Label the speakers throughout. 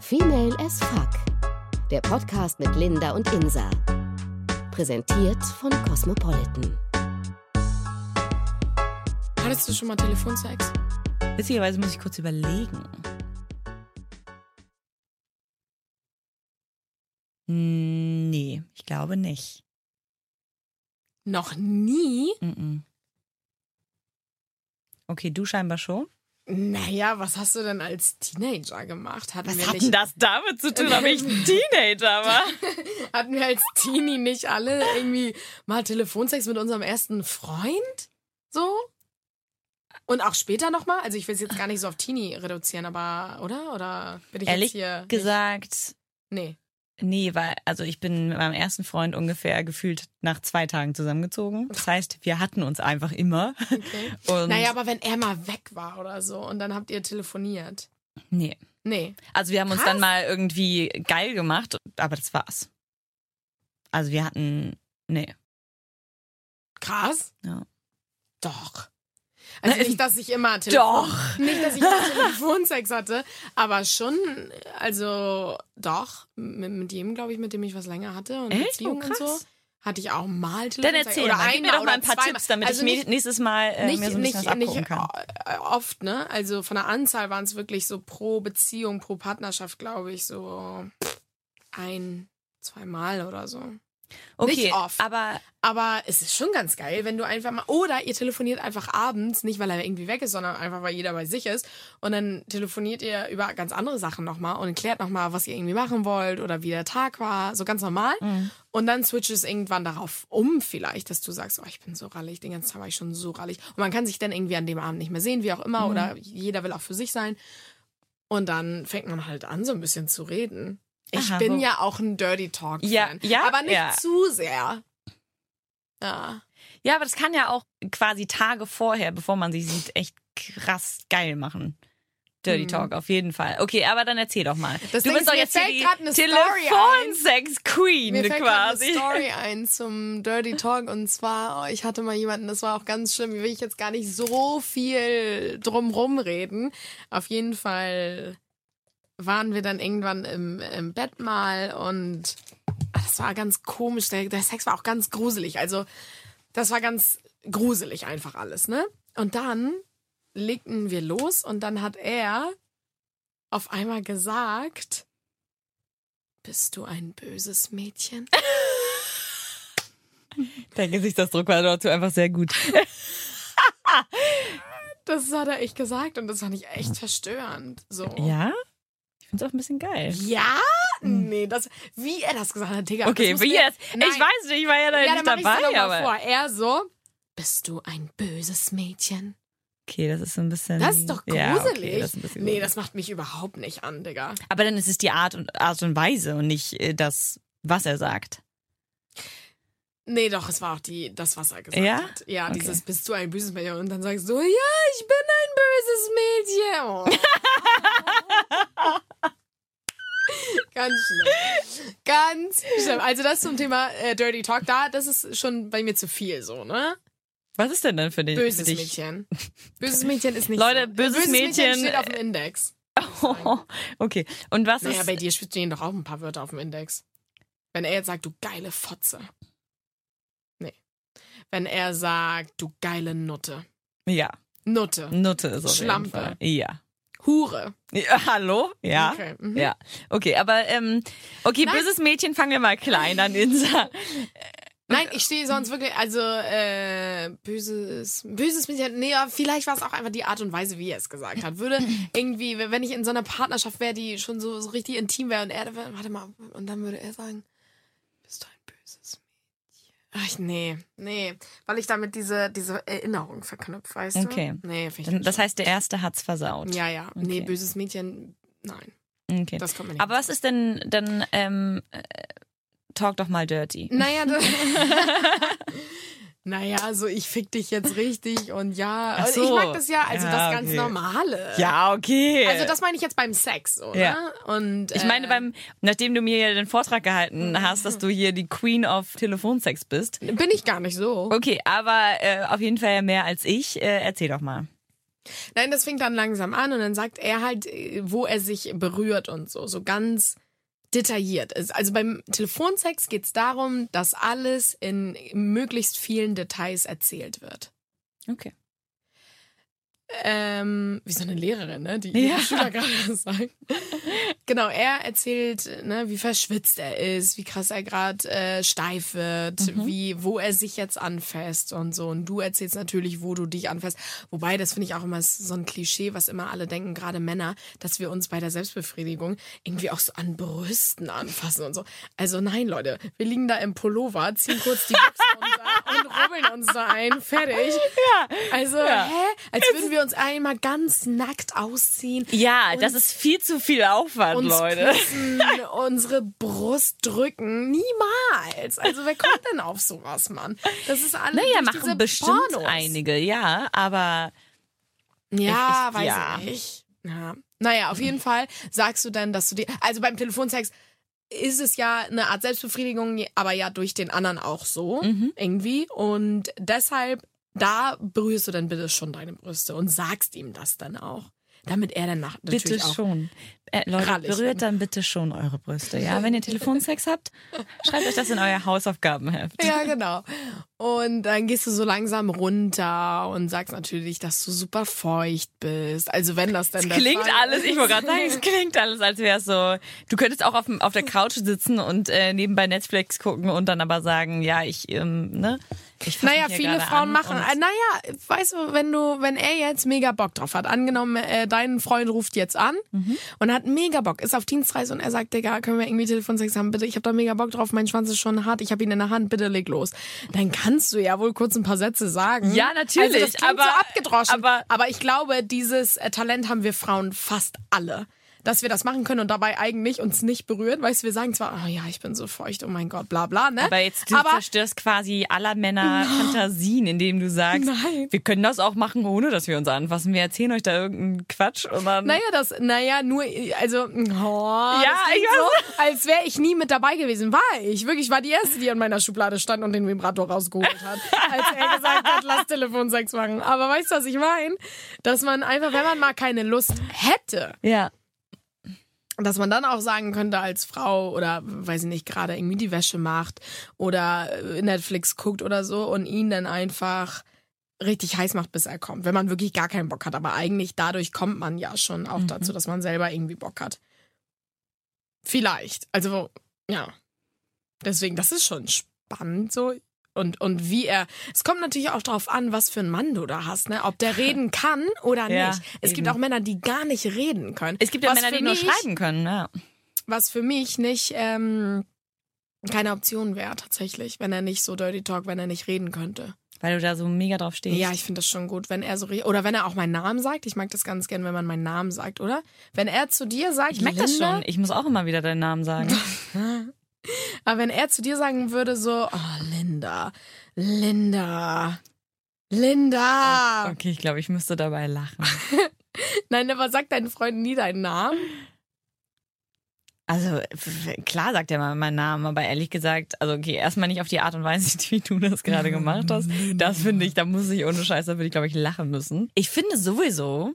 Speaker 1: Female as Fuck. Der Podcast mit Linda und Insa. Präsentiert von Cosmopolitan.
Speaker 2: Hattest du schon mal Telefonsex?
Speaker 3: Witzigerweise muss ich kurz überlegen. Hm, Nee, ich glaube nicht.
Speaker 2: Noch nie?
Speaker 3: Mm-mm. Okay, du scheinbar schon.
Speaker 2: Naja, was hast du denn als Teenager gemacht? Hatten, wir,
Speaker 3: hat
Speaker 2: nicht,
Speaker 3: denn das damit zu tun, ob ich ein Teenager war?
Speaker 2: hatten wir als Teenie nicht alle irgendwie mal Telefonsex mit unserem ersten Freund? So? Und auch später nochmal? Also ich will es jetzt gar nicht so auf Teenie reduzieren, aber, oder? Oder bin ich
Speaker 3: Ehrlich
Speaker 2: jetzt hier...
Speaker 3: Gesagt,
Speaker 2: Nee.
Speaker 3: nee, weil, also ich bin mit meinem ersten Freund ungefähr gefühlt nach zwei Tagen zusammengezogen. Das heißt, wir hatten uns einfach immer.
Speaker 2: Okay.
Speaker 3: Und
Speaker 2: Naja, aber wenn er mal weg war oder so und dann habt ihr telefoniert.
Speaker 3: nee.
Speaker 2: Nee.
Speaker 3: Also wir haben uns
Speaker 2: Krass.
Speaker 3: dann mal irgendwie geil gemacht, aber das war's. Also wir hatten, nee.
Speaker 2: Krass?
Speaker 3: Ja.
Speaker 2: Doch. Also
Speaker 3: Na,
Speaker 2: nicht, dass ich immer Telefon
Speaker 3: Doch!
Speaker 2: Nicht, dass ich mal Telefonsex hatte, aber schon, also doch, mit, mit jedem, glaube ich, mit dem ich was länger hatte und
Speaker 3: Echt?
Speaker 2: Beziehung und
Speaker 3: oh, krass.
Speaker 2: so, hatte ich auch mal Telefonsex.
Speaker 3: Dann erzähl
Speaker 2: oder
Speaker 3: mal, gib mir
Speaker 2: einmal
Speaker 3: doch mal ein
Speaker 2: oder
Speaker 3: paar
Speaker 2: zweimal.
Speaker 3: Tipps, damit
Speaker 2: also
Speaker 3: ich mir
Speaker 2: nicht,
Speaker 3: nächstes Mal äh,
Speaker 2: nicht,
Speaker 3: mir so ein bisschen
Speaker 2: nicht,
Speaker 3: was abgucken
Speaker 2: nicht
Speaker 3: kann.
Speaker 2: äh, oft, ne? Also von der Anzahl waren es wirklich so pro Beziehung, pro Partnerschaft, glaube ich, so ein, zweimal oder so.
Speaker 3: Okay,
Speaker 2: oft.
Speaker 3: aber
Speaker 2: Aber es ist schon ganz geil, wenn du einfach mal. Oder ihr telefoniert einfach abends, nicht weil er irgendwie weg ist, sondern einfach weil jeder bei sich ist. Und dann telefoniert ihr über ganz andere Sachen nochmal und klärt nochmal, was ihr irgendwie machen wollt oder wie der Tag war. So ganz normal.
Speaker 3: mm.
Speaker 2: Und dann switcht es irgendwann darauf um, vielleicht, dass du sagst, oh, ich bin so rallig, den ganzen Tag war ich schon so rallig. Und man kann sich dann irgendwie an dem Abend nicht mehr sehen, wie auch
Speaker 3: Mhm.
Speaker 2: immer. Oder jeder will auch für sich sein. Und dann fängt man halt an, so ein bisschen zu reden. Ich
Speaker 3: Aha,
Speaker 2: bin
Speaker 3: wo-
Speaker 2: ja auch ein Dirty Talk. -Fan,
Speaker 3: Ja, ja,
Speaker 2: Aber nicht
Speaker 3: ja.
Speaker 2: zu sehr. Ja.
Speaker 3: ja, aber das kann ja auch quasi Tage vorher, bevor man sich sieht, echt krass geil machen. Dirty
Speaker 2: Mhm.
Speaker 3: Talk, auf jeden Fall. Okay, aber dann erzähl doch mal.
Speaker 2: Das
Speaker 3: du
Speaker 2: Ding
Speaker 3: bist
Speaker 2: ist,
Speaker 3: doch
Speaker 2: mir
Speaker 3: jetzt hier
Speaker 2: fällt
Speaker 3: die
Speaker 2: grad eine Story
Speaker 3: Telefonsex-Queen
Speaker 2: Mir fällt gerade eine
Speaker 3: quasi.
Speaker 2: Story ein zum Dirty Talk und zwar, oh, ich hatte mal jemanden, das war auch ganz schlimm, will ich jetzt gar nicht so viel drumrum reden. Auf jeden Fall waren wir dann irgendwann im, im Bett mal und ah, das war ganz komisch, der, der Sex war auch ganz gruselig, also das war ganz gruselig einfach alles, ne? Und dann legten wir los und dann hat er auf einmal gesagt, bist du ein böses Mädchen?
Speaker 3: Der Gesichtsausdruck war dazu einfach sehr gut.
Speaker 2: Das hat er echt gesagt und das fand ich echt verstörend. So.
Speaker 3: Ja? Ich find's auch ein bisschen geil.
Speaker 2: Oh. Ja? Nee, das, wie er das gesagt hat, Digga.
Speaker 3: Okay,
Speaker 2: das muss
Speaker 3: wie
Speaker 2: mir-
Speaker 3: jetzt?
Speaker 2: Nein.
Speaker 3: Ich weiß nicht, ich war ja da
Speaker 2: Ja, dann
Speaker 3: nicht
Speaker 2: mach
Speaker 3: dabei,
Speaker 2: ich's dir noch mal
Speaker 3: aber.
Speaker 2: vor. Er so, bist du ein böses Mädchen?
Speaker 3: Okay, das ist so ein bisschen.
Speaker 2: Das ist doch gruselig.
Speaker 3: Ja, okay, das ist ein bisschen
Speaker 2: nee,
Speaker 3: gruselig.
Speaker 2: das macht mich überhaupt nicht an, Digga.
Speaker 3: aber dann ist es die Art und, Art und Weise und nicht äh, das, was er sagt.
Speaker 2: Nee, doch, es war auch die, das, was er gesagt
Speaker 3: Ja?
Speaker 2: hat. Ja,
Speaker 3: Okay.
Speaker 2: dieses bist du ein böses Mädchen. Und dann sagst du, ja, ich bin ein böses Mädchen. Oh. Ganz schlimm. Ganz schlimm. Also das zum Thema äh, Dirty Talk, da, das ist schon bei mir zu viel so, ne?
Speaker 3: Was ist denn dann für, den, für
Speaker 2: Böses
Speaker 3: dich?
Speaker 2: Mädchen. Böses Mädchen ist nicht
Speaker 3: Leute,
Speaker 2: so.
Speaker 3: böses Mädchen- äh,
Speaker 2: steht auf dem Index.
Speaker 3: okay, und was
Speaker 2: Naja,
Speaker 3: ist.
Speaker 2: bei dir stehen doch auch ein paar Wörter auf dem Index. Wenn er jetzt sagt, du geile Fotze. Nee. Wenn er sagt, du geile Nutte.
Speaker 3: Ja,
Speaker 2: Nutte.
Speaker 3: Nutte ist auf
Speaker 2: Schlampe.
Speaker 3: jeden Fall. Ja.
Speaker 2: Hure.
Speaker 3: ja. Hallo? Ja.
Speaker 2: Okay. Mhm.
Speaker 3: Ja, okay, aber ähm, okay,
Speaker 2: Nein.
Speaker 3: böses Mädchen, fangen wir mal klein an, Insa.
Speaker 2: Nein, ich stehe sonst wirklich, also äh, böses, böses Mädchen. Nee, aber vielleicht war es auch einfach die Art und Weise, wie er es gesagt hat. Würde irgendwie, wenn ich in so einer Partnerschaft wäre, die schon so, so richtig intim wäre und er, warte mal, und dann würde er sagen, bist du ein böses Mädchen. Ach nee, nee, weil ich damit diese, diese Erinnerung verknüpft, weißt
Speaker 3: Okay.
Speaker 2: du? Nee, finde ich
Speaker 3: Das
Speaker 2: nicht
Speaker 3: heißt, der erste hat's
Speaker 2: schlimm.
Speaker 3: versaut.
Speaker 2: Ja, ja. Nee,
Speaker 3: Okay.
Speaker 2: böses Mädchen, nein.
Speaker 3: Okay.
Speaker 2: Das kommt mir nicht.
Speaker 3: Aber was ist denn dann, ähm, äh, talk doch mal dirty.
Speaker 2: Naja, das naja, also ich fick dich jetzt richtig und ja.
Speaker 3: Ach
Speaker 2: Und Ich
Speaker 3: so.
Speaker 2: mag das ja, also
Speaker 3: Ja,
Speaker 2: das ganz
Speaker 3: okay.
Speaker 2: Normale.
Speaker 3: Ja, okay.
Speaker 2: Also das meine ich jetzt beim Sex, oder?
Speaker 3: Ja.
Speaker 2: Und,
Speaker 3: ich meine,
Speaker 2: äh,
Speaker 3: beim, nachdem du mir ja den Vortrag gehalten hast, dass du hier die Queen of Telefonsex bist.
Speaker 2: Bin ich gar nicht so.
Speaker 3: Okay, aber äh, auf jeden Fall mehr als ich. Äh, erzähl doch mal.
Speaker 2: Nein, das fängt dann langsam an und dann sagt er halt, äh, wo er sich berührt und so, so ganz detailliert. Es- Also beim Telefonsex geht es darum, dass alles in möglichst vielen Details erzählt wird.
Speaker 3: Okay.
Speaker 2: Ähm, wie so eine Lehrerin, ne? die
Speaker 3: Ja.
Speaker 2: ihre Schüler gerade sagen. genau, er erzählt, ne, wie verschwitzt er ist, wie krass er gerade äh, steif wird, wie, wo er sich jetzt anfasst und so. Und du erzählst natürlich, wo du dich anfasst. Wobei, das finde ich auch immer so ein Klischee, was immer alle denken, gerade Männer, dass wir uns bei der Selbstbefriedigung irgendwie auch so an Brüsten anfassen und so. Also nein, Leute, wir liegen da im Pullover, ziehen kurz die Buchsen runter und rubbeln uns da ein. Fertig. Ja. Also, hä? Als würden wir uns einmal ganz nackt ausziehen
Speaker 3: Ja,
Speaker 2: Und-
Speaker 3: das ist viel zu viel Aufwand,
Speaker 2: uns
Speaker 3: Leute.
Speaker 2: küssen, unsere Brust drücken. Niemals. Also wer kommt denn auf sowas, Mann? Das ist alles
Speaker 3: Naja,
Speaker 2: durch diese
Speaker 3: machen bestimmt
Speaker 2: Pornos.
Speaker 3: einige, ja, aber
Speaker 2: Ja,
Speaker 3: Ich- ich-
Speaker 2: weiß
Speaker 3: ja.
Speaker 2: ich. Ja. Naja, auf jeden Fall sagst du dann, dass du dir. Also beim Telefonsex ist es ja eine Art Selbstbefriedigung, aber ja durch den anderen auch so
Speaker 3: Mhm.
Speaker 2: irgendwie. Und deshalb, da berührst du dann bitte schon deine Brüste und sagst ihm das dann auch. Damit er dann nach, natürlich
Speaker 3: bitte
Speaker 2: auch.
Speaker 3: schon. Äh, Leute,
Speaker 2: Rallig
Speaker 3: berührt
Speaker 2: bin.
Speaker 3: dann bitte schon eure Brüste, ja? Wenn ihr Telefonsex habt, schreibt euch das in euer Hausaufgabenheft.
Speaker 2: Ja, genau. Und dann gehst du so langsam runter und sagst natürlich, dass du super feucht bist. Also wenn das denn
Speaker 3: Es
Speaker 2: der
Speaker 3: klingt
Speaker 2: Fall
Speaker 3: alles,
Speaker 2: ist.
Speaker 3: ich wollte gerade sagen, es klingt alles, als wäre es so. Du könntest auch auf, dem- auf der Couch sitzen und äh, nebenbei Netflix gucken und dann aber sagen, ja, ich, ähm, ne? Ich fass
Speaker 2: Naja,
Speaker 3: mich hier
Speaker 2: viele
Speaker 3: gerade
Speaker 2: Frauen
Speaker 3: an
Speaker 2: machen.
Speaker 3: und-
Speaker 2: äh, Naja, weißt du, wenn du, wenn er jetzt mega Bock drauf hat, angenommen, äh, dein Freund ruft jetzt an und hat mega Bock, ist auf Dienstreise und er sagt, Digga, können wir irgendwie Telefonsex haben, bitte, ich habe da mega Bock drauf, mein Schwanz ist schon hart, ich habe ihn in der Hand, bitte leg los. Dann kannst du ja wohl kurz ein paar Sätze sagen.
Speaker 3: Ja, natürlich,
Speaker 2: Also das klingt
Speaker 3: aber-
Speaker 2: so abgedroschen.
Speaker 3: aber-
Speaker 2: aber ich glaube, dieses äh, Talent haben wir Frauen fast alle. Dass wir das machen können und dabei eigentlich uns nicht berühren, weißt du, wir sagen zwar, oh ja, ich bin so feucht, oh mein Gott, bla bla, ne?
Speaker 3: Aber jetzt du zerstörst quasi aller Männer Fantasien, indem du sagst,
Speaker 2: Nein.
Speaker 3: wir können das auch machen, ohne dass wir uns anfassen. Wir erzählen euch da irgendeinen Quatsch und dann.
Speaker 2: Naja, das, naja, nur, also, oh,
Speaker 3: Ja,
Speaker 2: das klingt
Speaker 3: ich
Speaker 2: so, als wäre ich nie mit dabei gewesen. War ich, wirklich, war die Erste, die an meiner Schublade stand und den Vibrator rausgeholt hat, als er gesagt hat, lass Telefonsex machen. Aber weißt du, was ich meine? Dass man einfach, wenn man mal keine Lust hätte,
Speaker 3: Ja.
Speaker 2: dass man dann auch sagen könnte als Frau oder, weiß ich nicht, gerade irgendwie die Wäsche macht oder äh, Netflix guckt oder so und ihn dann einfach richtig heiß macht, bis er kommt, wenn man wirklich gar keinen Bock hat. Aber eigentlich dadurch kommt man ja schon
Speaker 3: Mhm.
Speaker 2: auch dazu, dass man selber irgendwie Bock hat. Vielleicht. Also, ja. Deswegen, das ist schon spannend so. Und, und wie er. Es kommt natürlich auch drauf an, was für einen Mann du da hast, ne? Ob der reden kann oder
Speaker 3: Ja,
Speaker 2: nicht. Es gibt
Speaker 3: eben.
Speaker 2: auch Männer, die gar nicht reden können.
Speaker 3: Es gibt ja
Speaker 2: Was
Speaker 3: Männer,
Speaker 2: für
Speaker 3: die nur
Speaker 2: mich-
Speaker 3: schreiben können, ja.
Speaker 2: was für mich nicht ähm, keine Option wäre tatsächlich, wenn er nicht so Dirty Talk, wenn er nicht reden könnte.
Speaker 3: Weil du da so mega drauf stehst.
Speaker 2: Ja, ich finde das schon gut, wenn er so re- oder wenn er auch meinen Namen sagt. Ich mag das ganz gern, wenn man meinen Namen sagt, oder? Wenn er zu dir sagt,
Speaker 3: ich merke das
Speaker 2: Linda,
Speaker 3: schon. Ich muss auch immer wieder deinen Namen sagen.
Speaker 2: Aber wenn er zu dir sagen würde, so, oh Linda, Linda, Linda.
Speaker 3: Okay, ich glaube, ich müsste dabei lachen.
Speaker 2: Nein, aber sag deinen Freunden nie deinen Namen.
Speaker 3: Also f- klar sagt er mal meinen Namen, aber ehrlich gesagt, also okay, erstmal nicht auf die Art und Weise, wie du das gerade gemacht hast. Das finde ich, da muss ich ohne Scheiß, da würde ich glaube ich lachen müssen. Ich finde sowieso,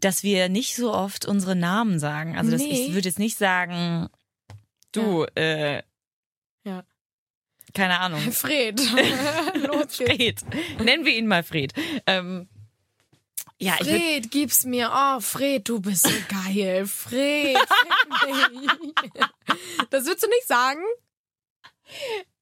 Speaker 3: dass wir nicht so oft unsere Namen sagen. Also das, ich
Speaker 2: Nee.
Speaker 3: würde jetzt nicht sagen, du, äh,
Speaker 2: Ja.
Speaker 3: keine Ahnung,
Speaker 2: Fred. Los geht's.
Speaker 3: Fred. Nennen wir ihn mal Fred. Ähm, ja, ich würde
Speaker 2: Fred, gib's mir. Oh, Fred, du bist so geil. Fred, fick mich. Das würdest du nicht sagen?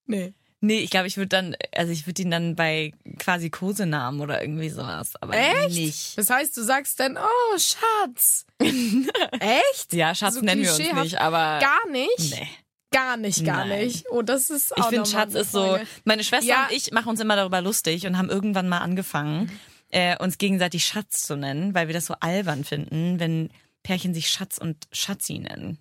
Speaker 2: Nee.
Speaker 3: Nee, ich glaube, ich würde dann, also ich würde ihn dann bei quasi Kosenamen oder irgendwie sowas, aber
Speaker 2: Echt?
Speaker 3: nicht.
Speaker 2: Das heißt, du sagst dann, oh, Schatz. Echt?
Speaker 3: Ja, Schatz
Speaker 2: So
Speaker 3: nennen wir uns
Speaker 2: klischeehaft.
Speaker 3: nicht, aber
Speaker 2: Gar nicht?
Speaker 3: nee.
Speaker 2: Gar nicht, gar
Speaker 3: Nein.
Speaker 2: nicht. Oh, das ist auch
Speaker 3: Ich finde,
Speaker 2: nochmal
Speaker 3: Schatz
Speaker 2: eine
Speaker 3: ist so.
Speaker 2: Frage.
Speaker 3: Meine Schwester
Speaker 2: Ja.
Speaker 3: und ich machen uns immer darüber lustig und haben irgendwann mal angefangen, äh, uns gegenseitig Schatz zu nennen, weil wir das so albern finden, wenn Pärchen sich Schatz und Schatzi nennen.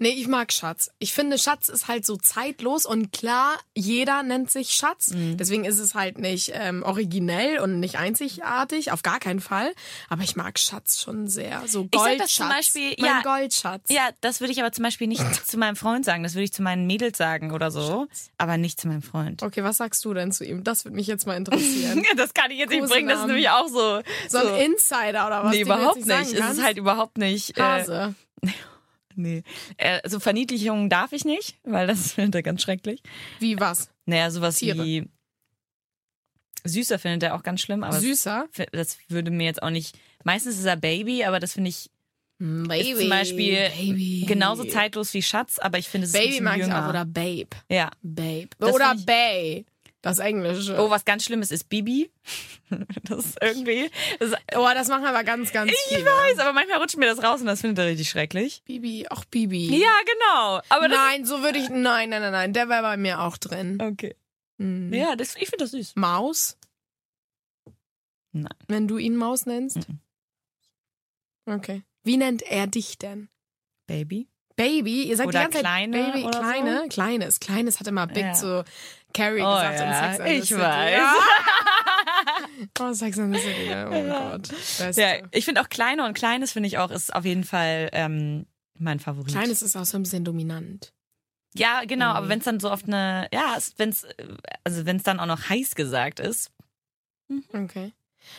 Speaker 2: Nee, ich mag Schatz. Ich finde, Schatz ist halt so zeitlos und klar, jeder nennt sich Schatz.
Speaker 3: Mhm.
Speaker 2: Deswegen ist es halt nicht ähm, originell und nicht einzigartig, auf gar keinen Fall. Aber ich mag Schatz schon sehr. So
Speaker 3: Ich
Speaker 2: Goldschatz.
Speaker 3: sag das zum Beispiel-
Speaker 2: mein
Speaker 3: ja.
Speaker 2: Goldschatz.
Speaker 3: Ja, das würde ich aber zum Beispiel nicht zu meinem Freund sagen. Das würde ich zu meinen Mädels sagen oder so. Aber nicht zu meinem Freund.
Speaker 2: Okay, was sagst du denn zu ihm? Das würde mich jetzt mal interessieren.
Speaker 3: Das kann ich jetzt nicht
Speaker 2: Großen
Speaker 3: bringen. Das ist
Speaker 2: Arm.
Speaker 3: nämlich auch so.
Speaker 2: So ein Insider oder was?
Speaker 3: nee,
Speaker 2: den du jetzt
Speaker 3: überhaupt nicht.
Speaker 2: sagen
Speaker 3: Es ist
Speaker 2: kannst?
Speaker 3: halt überhaupt nicht. Äh,
Speaker 2: Hase.
Speaker 3: nee. Äh, so Verniedlichungen darf ich nicht, weil das findet er ganz schrecklich.
Speaker 2: Wie was?
Speaker 3: Naja, sowas
Speaker 2: Tiere.
Speaker 3: wie. Süßer findet er auch ganz schlimm, aber
Speaker 2: Süßer?
Speaker 3: das, das würde mir jetzt auch nicht. Meistens ist er Baby, aber das finde ich
Speaker 2: Baby.
Speaker 3: ist zum Beispiel
Speaker 2: Baby.
Speaker 3: genauso zeitlos wie Schatz, aber ich finde es ist ein
Speaker 2: Baby
Speaker 3: bisschen
Speaker 2: mag
Speaker 3: jünger.
Speaker 2: ich auch. Oder Babe.
Speaker 3: ja.
Speaker 2: Babe.
Speaker 3: Das
Speaker 2: oder
Speaker 3: find ich-
Speaker 2: Bay. Das Englische.
Speaker 3: Oh, was ganz Schlimmes ist Bibi. Das ist irgendwie. Das ist,
Speaker 2: Oh, das machen aber ganz, ganz viele.
Speaker 3: ich weiß, aber manchmal rutscht mir das raus und das findet er richtig schrecklich.
Speaker 2: Bibi, auch Bibi.
Speaker 3: Ja, genau. Aber das.
Speaker 2: Nein, so würde ich. Nein, nein, nein, nein. Der wäre bei mir auch drin.
Speaker 3: Okay.
Speaker 2: Mhm.
Speaker 3: Ja, das, ich finde das süß.
Speaker 2: Maus?
Speaker 3: Nein. Mhm.
Speaker 2: Wenn du ihn Maus nennst? Okay. Wie nennt er dich denn?
Speaker 3: Baby.
Speaker 2: Baby? Ihr sagt
Speaker 3: Oder
Speaker 2: die ganze
Speaker 3: Kleine
Speaker 2: Zeit Baby,
Speaker 3: oder so?
Speaker 2: Kleine, Kleines. Kleines hat immer Big
Speaker 3: Ja.
Speaker 2: zu Carrie
Speaker 3: Oh,
Speaker 2: gesagt in
Speaker 3: ja.
Speaker 2: Sex and the
Speaker 3: Ich
Speaker 2: City.
Speaker 3: weiß.
Speaker 2: Ja. Oh, Sex and the City. ja. Oh
Speaker 3: Ja.
Speaker 2: Gott. Beste.
Speaker 3: Ja, ich finde auch kleiner und kleines finde ich auch, ist auf jeden Fall ähm, mein Favorit.
Speaker 2: Kleines ist auch so ein bisschen dominant.
Speaker 3: Ja, genau, aber
Speaker 2: Mhm.
Speaker 3: wenn es dann so oft eine, ja, es- wenn's, äh, also wenn es dann auch noch heiß gesagt ist,
Speaker 2: Okay.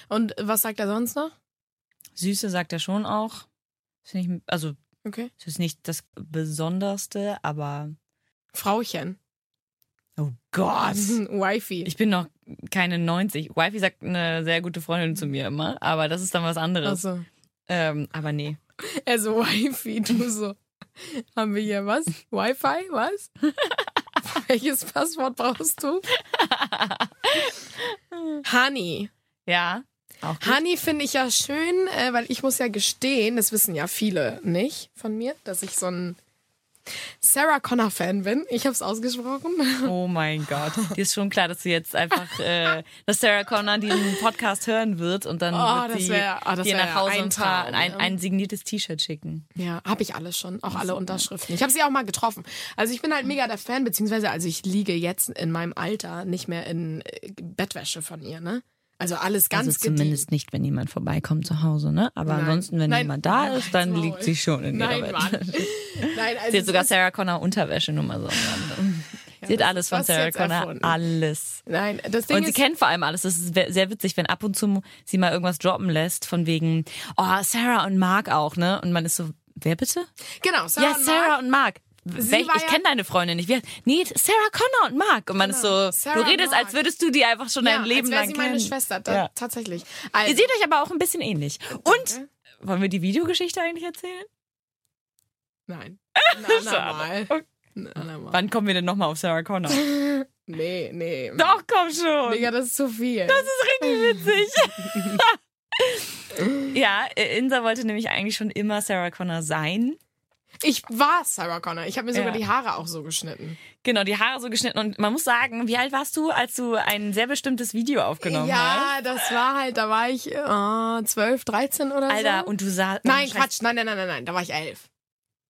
Speaker 2: Und was sagt er sonst noch?
Speaker 3: Süße sagt er schon auch. Das Find ich, also,
Speaker 2: Okay.
Speaker 3: es ist nicht das Besonderste, aber.
Speaker 2: Frauchen.
Speaker 3: Oh Gott!
Speaker 2: Wifey.
Speaker 3: Ich bin noch keine 90. Wifey sagt eine sehr gute Freundin zu mir immer, aber das ist dann was anderes.
Speaker 2: also,
Speaker 3: Ähm, aber nee.
Speaker 2: also Wifey, du so. Haben wir hier was? Wi-Fi? Was? Welches Passwort brauchst du? Honey.
Speaker 3: Ja. Auch gut.
Speaker 2: Honey finde ich ja schön, äh, weil ich muss ja gestehen, das wissen ja viele nicht von mir, dass ich so ein Sarah Connor Fan bin. Ich habe es ausgesprochen.
Speaker 3: Oh mein Gott. Dir ist schon klar, dass du jetzt einfach, äh, dass Sarah Connor diesen Podcast hören wird und dann
Speaker 2: Oh,
Speaker 3: wird
Speaker 2: das
Speaker 3: sie
Speaker 2: wär- oh, das
Speaker 3: dir
Speaker 2: wär
Speaker 3: nach Hause
Speaker 2: ein
Speaker 3: ein, paar,
Speaker 2: Traum,
Speaker 3: ein,
Speaker 2: ja.
Speaker 3: ein signiertes T-Shirt schicken.
Speaker 2: Ja, habe ich alles schon, auch alle Unterschriften. Ich habe sie auch mal getroffen. Also ich bin halt mega der Fan, beziehungsweise also ich liege jetzt in meinem Alter nicht mehr in äh, Bettwäsche von ihr, ne? Also alles ganz
Speaker 3: also zumindest nicht, wenn jemand vorbeikommt zu Hause, ne? Aber
Speaker 2: Nein.
Speaker 3: ansonsten, wenn
Speaker 2: Nein.
Speaker 3: jemand da
Speaker 2: Nein,
Speaker 3: ist, dann
Speaker 2: Maul.
Speaker 3: liegt sie schon in
Speaker 2: Nein,
Speaker 3: ihrer
Speaker 2: Mann.
Speaker 3: Bett.
Speaker 2: Nein, also
Speaker 3: Sie hat sogar
Speaker 2: es
Speaker 3: Sarah Connor Unterwäschenummer so. am Rande. sie hat
Speaker 2: das-
Speaker 3: alles von
Speaker 2: das ist
Speaker 3: Sarah
Speaker 2: jetzt
Speaker 3: Connor,
Speaker 2: erfunden.
Speaker 3: alles.
Speaker 2: ist- Nein, das Ding
Speaker 3: Und sie
Speaker 2: ist
Speaker 3: kennt vor allem alles. Das ist we- sehr witzig, wenn ab und zu sie mal irgendwas droppen lässt, von wegen, oh, Sarah und Mark auch, ne? Und man ist so, wer bitte?
Speaker 2: genau Sarah,
Speaker 3: ja,
Speaker 2: und
Speaker 3: Sarah
Speaker 2: Mark.
Speaker 3: und Mark. Wel-
Speaker 2: war
Speaker 3: ich
Speaker 2: ja-
Speaker 3: kenne deine Freundin nicht. Wie, nee, Sarah Connor und Mark. Und man
Speaker 2: Genau.
Speaker 3: ist so,
Speaker 2: Sarah
Speaker 3: du redest,
Speaker 2: und Mark.
Speaker 3: als würdest du die einfach schon dein
Speaker 2: ja,
Speaker 3: Leben
Speaker 2: als wäre
Speaker 3: lang
Speaker 2: sie meine
Speaker 3: kennen.
Speaker 2: Schwester, da,
Speaker 3: Ja.
Speaker 2: tatsächlich. Also,
Speaker 3: Ihr seht euch aber auch ein bisschen ähnlich. Und wollen wir die Videogeschichte eigentlich erzählen?
Speaker 2: nein. Na, na mal.
Speaker 3: Okay.
Speaker 2: Na, na mal.
Speaker 3: Wann kommen wir denn nochmal auf Sarah Connor?
Speaker 2: Nee, nee.
Speaker 3: Doch, komm schon.
Speaker 2: Digga, das ist zu viel. Das ist
Speaker 3: Richtig witzig. ja, äh, Insa wollte nämlich eigentlich schon immer Sarah Connor sein.
Speaker 2: ich war Sarah Connor. Ich habe mir sogar
Speaker 3: Ja.
Speaker 2: die Haare auch so geschnitten.
Speaker 3: Genau, die Haare so geschnitten. Und man muss sagen, wie alt warst du, als du ein sehr bestimmtes Video aufgenommen hast?
Speaker 2: ja, das war halt, da war ich äh, 12, 13 oder so.
Speaker 3: Alter, und du sahst.
Speaker 2: also Nein, Quatsch, nein, nein, nein, nein, nein, da war ich elf.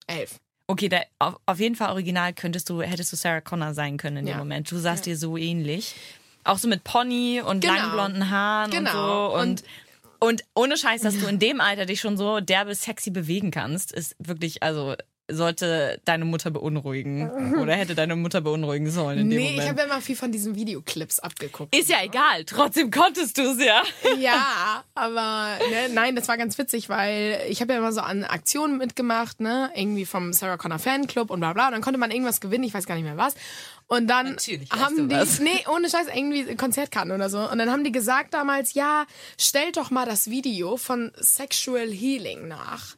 Speaker 2: Elf.
Speaker 3: Okay, da, auf, auf jeden Fall original könntest du, hättest du Sarah Connor sein können in dem
Speaker 2: Ja.
Speaker 3: Moment. Du sahst dir so ähnlich. Auch so mit Pony und
Speaker 2: Genau.
Speaker 3: langen blonden Haaren
Speaker 2: Genau.
Speaker 3: und so. Und, und, ohne Scheiß, dass du in dem Alter dich schon so derbe sexy bewegen kannst, ist wirklich, also sollte deine Mutter beunruhigen. Oder hätte deine Mutter beunruhigen sollen in dem
Speaker 2: Nee, ich habe
Speaker 3: Moment.
Speaker 2: ja immer viel von diesen Videoclips abgeguckt.
Speaker 3: Ist ja egal, trotzdem konntest du es ja.
Speaker 2: ja, aber ne, nein, das war ganz witzig, weil ich habe ja immer so an Aktionen mitgemacht, ne, irgendwie vom Sarah Connor Fanclub und bla bla. Und dann konnte man irgendwas gewinnen, ich weiß gar nicht mehr was. Und dann
Speaker 3: Natürlich weißt du
Speaker 2: haben die,
Speaker 3: was.
Speaker 2: nee, ohne Scheiß, irgendwie Konzertkarten oder so. Und dann haben die gesagt damals, ja, stellt doch mal das Video von Sexual Healing nach.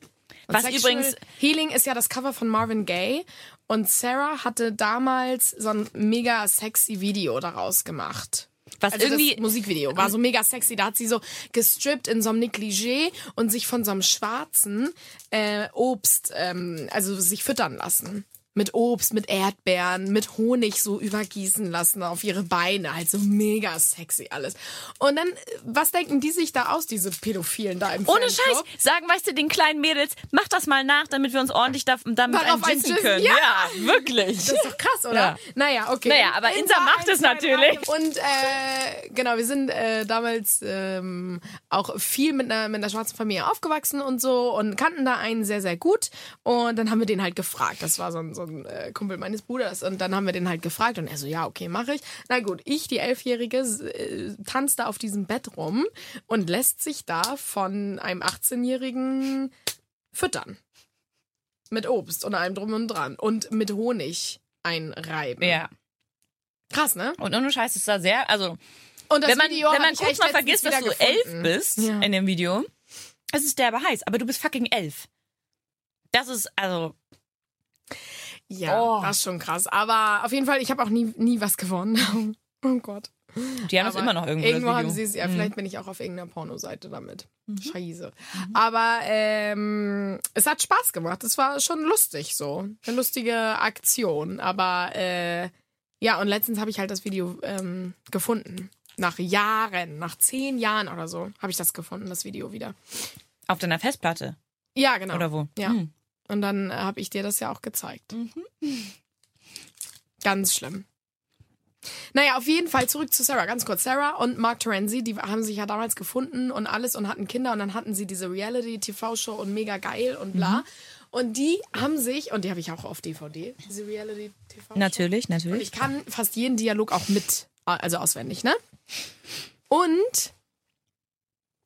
Speaker 2: Und
Speaker 3: Was übrigens-
Speaker 2: Healing ist ja das Cover von Marvin Gaye. Und Sarah hatte damals so ein mega sexy Video daraus gemacht.
Speaker 3: Was
Speaker 2: Also
Speaker 3: irgendwie-
Speaker 2: das Musikvideo war so mega sexy. Da hat sie so gestrippt in so einem Negligé und sich von so einem schwarzen äh, Obst, ähm, also sich füttern lassen. mit Obst, mit Erdbeeren, mit Honig so übergießen lassen auf ihre Beine. Halt so mega sexy alles. Und dann, äh, was denken die sich da aus, diese Pädophilen da im
Speaker 3: Ohne
Speaker 2: Fanclub?
Speaker 3: Scheiß. Sagen, weißt du, den kleinen Mädels, mach das mal nach, damit wir uns ordentlich da, damit
Speaker 2: Darauf
Speaker 3: einen jissen
Speaker 2: einen
Speaker 3: können.
Speaker 2: jissen,
Speaker 3: wirklich.
Speaker 2: Das ist doch krass, oder?
Speaker 3: Ja.
Speaker 2: Naja, okay.
Speaker 3: Naja, aber Insa macht es natürlich.
Speaker 2: Und äh, genau, wir sind äh, damals ähm, auch viel mit einer, mit einer schwarzen Familie aufgewachsen und so und kannten da einen sehr, sehr gut. Und dann haben wir den halt gefragt. Das war so ein, so ein äh, Kumpel meines Bruders. Und dann haben wir den halt gefragt und er so, ja, okay, mache ich. Na gut, ich, die Elfjährige, s- äh, tanzt da auf diesem Bett rum und lässt sich da von einem 18-Jährigen füttern. Mit Obst und allem drum und dran. Und mit Honig einreiben.
Speaker 3: Ja.
Speaker 2: Krass, ne?
Speaker 3: Und ohne Scheiß ist da sehr, also,
Speaker 2: Und
Speaker 3: wenn man,
Speaker 2: habe
Speaker 3: wenn man
Speaker 2: ich
Speaker 3: kurz
Speaker 2: echt
Speaker 3: mal
Speaker 2: letztens
Speaker 3: vergisst, dass du
Speaker 2: wieder
Speaker 3: elf
Speaker 2: gefunden.
Speaker 3: bist
Speaker 2: Ja.
Speaker 3: in dem Video, es ist derbe heiß, aber du bist fucking elf. Das ist, also,
Speaker 2: Ja,
Speaker 3: Oh.
Speaker 2: das ist schon krass. Aber auf jeden Fall, ich habe auch nie, nie was gewonnen. oh Gott.
Speaker 3: die haben es
Speaker 2: Aber
Speaker 3: immer noch irgendwo.
Speaker 2: Irgendwo
Speaker 3: das Video.
Speaker 2: haben sie es, ja,
Speaker 3: Mhm.
Speaker 2: vielleicht bin ich auch auf irgendeiner Pornoseite damit. Scheiße.
Speaker 3: Mhm.
Speaker 2: Aber ähm, es hat Spaß gemacht. Es war schon lustig so. Eine lustige Aktion. Aber äh, ja, und letztens habe ich halt das Video ähm, gefunden. Nach Jahren, nach zehn Jahren oder so, habe ich das gefunden, das Video wieder.
Speaker 3: Auf deiner Festplatte.
Speaker 2: Ja, genau.
Speaker 3: Oder wo?
Speaker 2: Ja.
Speaker 3: Hm.
Speaker 2: Und dann äh, habe ich dir das ja auch gezeigt. Ganz schlimm. Naja, auf jeden Fall zurück zu Sarah, ganz kurz. Sarah und Mark Terenzi, die haben sich ja damals gefunden und alles und hatten Kinder und dann hatten sie diese Reality-TV-Show und mega geil und bla. Und die haben sich, und die habe ich auch auf DVD, diese Reality-TV-Show.
Speaker 3: Natürlich,
Speaker 2: Und
Speaker 3: natürlich.
Speaker 2: ich kann fast jeden Dialog auch mit, also auswendig, ne? Und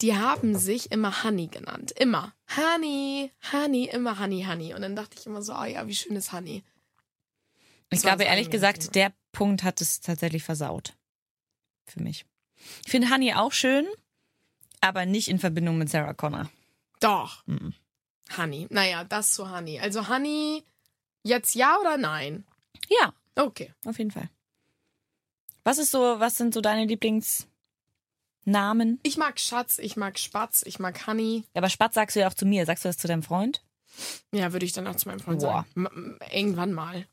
Speaker 2: die haben sich immer Honey genannt. Immer. Honey, Honey, immer Honey, Honey. Und dann dachte ich immer so, oh ja, wie schön ist Honey.
Speaker 3: Ich
Speaker 2: Das war
Speaker 3: glaube,
Speaker 2: das
Speaker 3: ehrlich
Speaker 2: eigene Thema.
Speaker 3: gesagt, der Punkt hat es tatsächlich versaut. Für mich. Ich finde Honey auch schön, aber nicht in Verbindung mit Sarah Connor.
Speaker 2: Doch.
Speaker 3: Mhm.
Speaker 2: Honey. Naja, das zu Honey. Also Honey, jetzt ja oder nein?
Speaker 3: Ja,
Speaker 2: Okay.
Speaker 3: auf jeden Fall. Was ist so, was sind so deine Lieblingsnamen?
Speaker 2: Ich mag Schatz, ich mag Spatz, ich mag Honey.
Speaker 3: Aber Spatz sagst du ja auch zu mir. Sagst du das zu deinem Freund?
Speaker 2: Ja, würde ich dann auch zu meinem Freund
Speaker 3: Boah.
Speaker 2: sagen. M- m- irgendwann mal.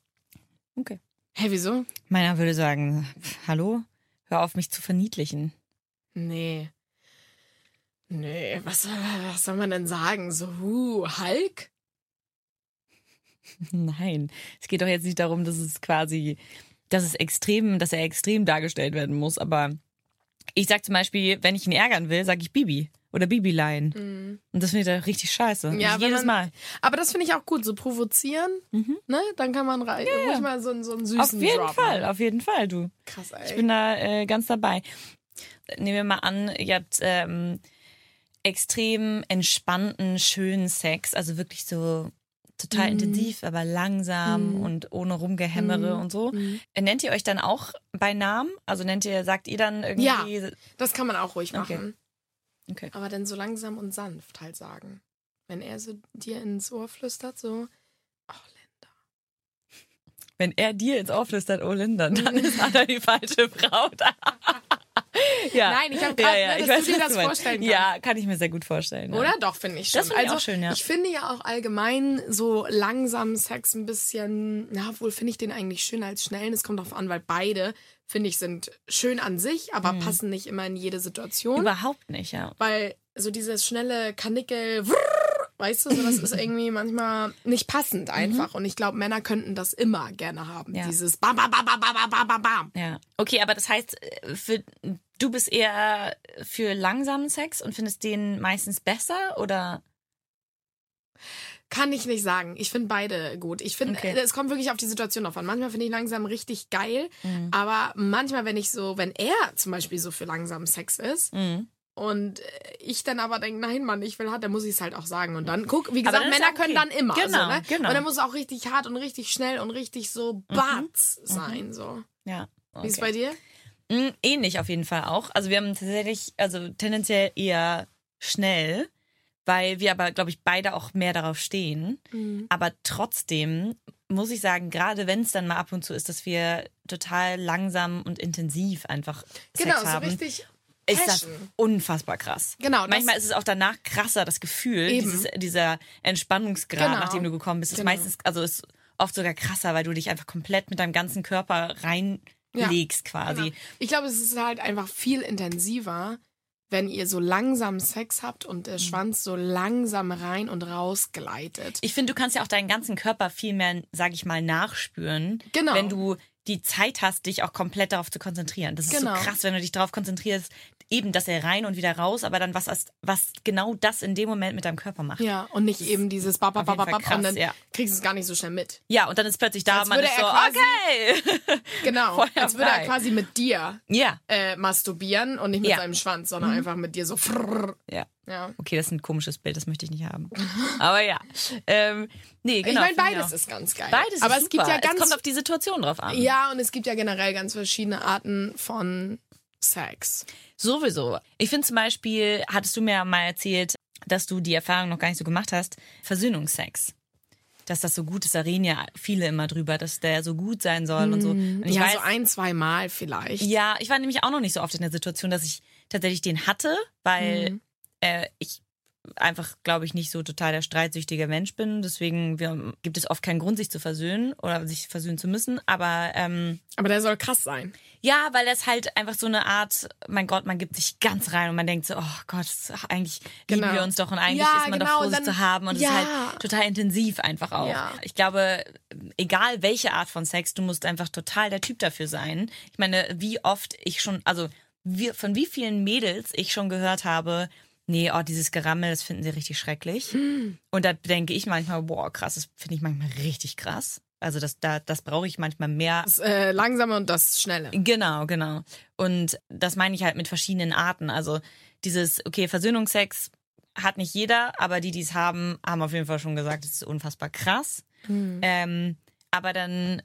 Speaker 3: Okay.
Speaker 2: Hä, wieso?
Speaker 3: Meiner würde sagen, pff, hallo, hör auf mich zu verniedlichen.
Speaker 2: Nee. Nee, was, was soll man denn sagen? So, uh, Hulk?
Speaker 3: Nein, es geht doch jetzt nicht darum, dass es quasi, dass es extrem, dass er extrem dargestellt werden muss. Aber ich sag zum Beispiel, wenn ich ihn ärgern will, sage ich Bibi oder Bibi-Line. Und das finde ich da richtig scheiße.
Speaker 2: Mhm. Ja,
Speaker 3: Ich
Speaker 2: wenn
Speaker 3: jedes
Speaker 2: man-
Speaker 3: Mal.
Speaker 2: Aber das finde ich auch gut, so provozieren,
Speaker 3: Mhm.
Speaker 2: ne? Dann kann man rei- ruhig mal so, einen- so einen süßen
Speaker 3: Auf jeden
Speaker 2: Drop
Speaker 3: Fall,
Speaker 2: machen.
Speaker 3: auf jeden Fall, du.
Speaker 2: Krass, ey.
Speaker 3: Ich bin da äh, ganz dabei. Nehmen wir mal an, ihr habt ähm, extrem entspannten, schönen Sex, also wirklich so total
Speaker 2: Mhm.
Speaker 3: intensiv, aber langsam und ohne
Speaker 2: Mhm.
Speaker 3: Rumgehämmere und so. Äh, Nennt ihr euch dann auch bei Namen? Also nennt ihr, sagt ihr dann irgendwie?
Speaker 2: das kann man auch ruhig
Speaker 3: Okay.
Speaker 2: machen.
Speaker 3: Okay.
Speaker 2: Aber dann so langsam und sanft halt sagen. Wenn er so dir ins Ohr flüstert, so, oh, Linda.
Speaker 3: Wenn er dir ins Ohr flüstert, oh Linda, dann
Speaker 2: Mhm.
Speaker 3: ist Anna die falsche Braut. ja.
Speaker 2: Nein, ich hab grad, ne, dass du dir
Speaker 3: was
Speaker 2: das
Speaker 3: meinst.
Speaker 2: vorstellen kannst.
Speaker 3: Ja, kann ich mir sehr gut vorstellen.
Speaker 2: Oder?
Speaker 3: Ja.
Speaker 2: Doch, finde ich schon. Also
Speaker 3: Das finde ich auch schön, ja.
Speaker 2: Ich finde ja auch allgemein so langsam Sex ein bisschen, na wohl finde ich den eigentlich schöner als schnellen. Es kommt drauf an, weil beide, finde ich, sind schön an sich,
Speaker 3: Mhm.
Speaker 2: aber passen nicht immer in jede Situation.
Speaker 3: Überhaupt nicht, ja.
Speaker 2: weil so dieses schnelle Kanickel, wrrr, weißt du, so, das ist irgendwie manchmal nicht passend einfach. Und ich glaube, Männer könnten das immer gerne haben.
Speaker 3: Mhm. Ja.
Speaker 2: Dieses Bam, bam, bam, bam, bam, bam, bam, bam.
Speaker 3: Ja. Okay, aber das heißt, äh, für, du bist eher für langsamen Sex und findest den meistens besser oder?
Speaker 2: Kann ich nicht sagen. Ich finde beide gut. Ich finde,
Speaker 3: Okay.
Speaker 2: äh, es kommt wirklich auf die Situation drauf an. Manchmal finde ich langsam richtig geil,
Speaker 3: Mhm.
Speaker 2: aber manchmal, wenn ich so, wenn er zum Beispiel so für langsamen Sex ist und äh, ich dann aber denke, nein, Mann, ich will hart, dann muss ich es halt auch sagen. Und dann, guck, wie
Speaker 3: Mhm. Aber
Speaker 2: gesagt,
Speaker 3: dann ist
Speaker 2: Männer
Speaker 3: auch okay.
Speaker 2: können dann immer.
Speaker 3: Genau,
Speaker 2: so, ne?
Speaker 3: genau. Mhm.
Speaker 2: Und dann muss es auch richtig hart und richtig schnell und richtig so batz sein. So.
Speaker 3: Ja.
Speaker 2: Wie ist es bei dir?
Speaker 3: Mm, Ähnlich auf jeden Fall auch. Also wir haben tatsächlich, also tendenziell eher schnell, weil wir aber, glaube ich, beide auch mehr darauf stehen.
Speaker 2: Mhm.
Speaker 3: Aber trotzdem muss ich sagen, gerade wenn es dann mal ab und zu ist, dass wir total langsam und intensiv einfach Sex
Speaker 2: Genau, so
Speaker 3: haben,
Speaker 2: richtig.
Speaker 3: ist das
Speaker 2: passion.
Speaker 3: unfassbar krass.
Speaker 2: Genau, das-
Speaker 3: Manchmal ist es auch danach krasser, das Gefühl,
Speaker 2: Eben.
Speaker 3: dieses, dieser Entspannungsgrad,
Speaker 2: Genau.
Speaker 3: nachdem du gekommen bist, ist
Speaker 2: Genau.
Speaker 3: meistens, also ist oft sogar krasser, weil du dich einfach komplett mit deinem ganzen Körper reinlegst quasi.
Speaker 2: Genau. Ich glaube, es ist halt einfach viel intensiver, wenn ihr so langsam Sex habt und
Speaker 3: Mhm.
Speaker 2: der Schwanz so langsam rein und raus gleitet.
Speaker 3: Ich finde, du kannst ja auch deinen ganzen Körper viel mehr, sag ich mal, nachspüren,
Speaker 2: Genau.
Speaker 3: wenn du die Zeit hast, dich auch komplett darauf zu konzentrieren. Das ist
Speaker 2: Genau.
Speaker 3: so krass, wenn du dich darauf konzentrierst, eben, dass er rein und wieder raus, aber dann was, ist- was genau das in dem Moment mit deinem Körper macht.
Speaker 2: Ja, und nicht eben dieses bap, bap,
Speaker 3: auf jeden
Speaker 2: bap,
Speaker 3: Fall
Speaker 2: bap, und
Speaker 3: krass,
Speaker 2: dann
Speaker 3: ja.
Speaker 2: kriegst du es gar nicht so schnell mit.
Speaker 3: Ja, und dann ist plötzlich da,
Speaker 2: Als
Speaker 3: man
Speaker 2: würde
Speaker 3: ist so,
Speaker 2: er quasi-
Speaker 3: okay.
Speaker 2: Genau,
Speaker 3: Feuer
Speaker 2: als würde er
Speaker 3: frei.
Speaker 2: quasi mit dir
Speaker 3: ja.
Speaker 2: äh, masturbieren und nicht mit
Speaker 3: Ja. Mhm.
Speaker 2: seinem Schwanz, sondern einfach mit dir so. frrrr.
Speaker 3: Ja.
Speaker 2: Ja.
Speaker 3: Okay, das ist ein komisches Bild, das möchte ich nicht haben. Aber ja. Ähm, nee, genau.
Speaker 2: ich meine,
Speaker 3: finde ich
Speaker 2: beides
Speaker 3: auch.
Speaker 2: ist ganz geil.
Speaker 3: Beides ist
Speaker 2: Aber es
Speaker 3: super.
Speaker 2: gibt ja ganz.
Speaker 3: es kommt auf die Situation drauf an.
Speaker 2: ja, und es gibt ja generell ganz verschiedene Arten von Sex.
Speaker 3: Sowieso. Ich finde zum Beispiel, hattest du mir mal erzählt, dass du die Erfahrung noch gar nicht so gemacht hast, Versöhnungsex. Dass das so gut ist, da reden ja viele immer drüber, dass der so gut sein soll und so. Und ich
Speaker 2: Mhm. ja,
Speaker 3: weiß,
Speaker 2: so ein, zwei Mal vielleicht.
Speaker 3: ja, ich war nämlich auch noch nicht so oft in der Situation, dass ich tatsächlich den hatte, weil äh, ich einfach, glaube ich, nicht so total der streitsüchtige Mensch bin. Deswegen wir, gibt es oft keinen Grund, sich zu versöhnen oder sich versöhnen zu müssen. Aber ähm,
Speaker 2: Aber der soll krass sein.
Speaker 3: ja, weil das halt einfach so eine Art, mein Gott, man gibt sich ganz rein und man denkt so, oh Gott, das- ach, eigentlich
Speaker 2: Genau.
Speaker 3: lieben wir uns doch und eigentlich
Speaker 2: Ja,
Speaker 3: ist man
Speaker 2: genau,
Speaker 3: doch froh,
Speaker 2: und
Speaker 3: sie
Speaker 2: dann-
Speaker 3: zu haben und es
Speaker 2: Ja.
Speaker 3: ist halt total intensiv einfach auch.
Speaker 2: Ja.
Speaker 3: Ich glaube, egal welche Art von Sex, du musst einfach total der Typ dafür sein. Ich meine, wie oft ich schon, also wie, von wie vielen Mädels ich schon gehört habe, nee, oh, dieses Gerammel, das finden sie richtig schrecklich.
Speaker 2: Hm.
Speaker 3: Und da denke ich manchmal, boah, krass, das finde ich manchmal richtig krass. Also das, da, das brauche ich manchmal mehr
Speaker 2: Das äh, langsame und das schnelle.
Speaker 3: Genau, genau. Und das meine ich halt mit verschiedenen Arten. Also dieses, okay, Versöhnungsex hat nicht jeder, aber die, die es haben, haben auf jeden Fall schon gesagt, es ist unfassbar krass.
Speaker 2: Mhm.
Speaker 3: Ähm, aber dann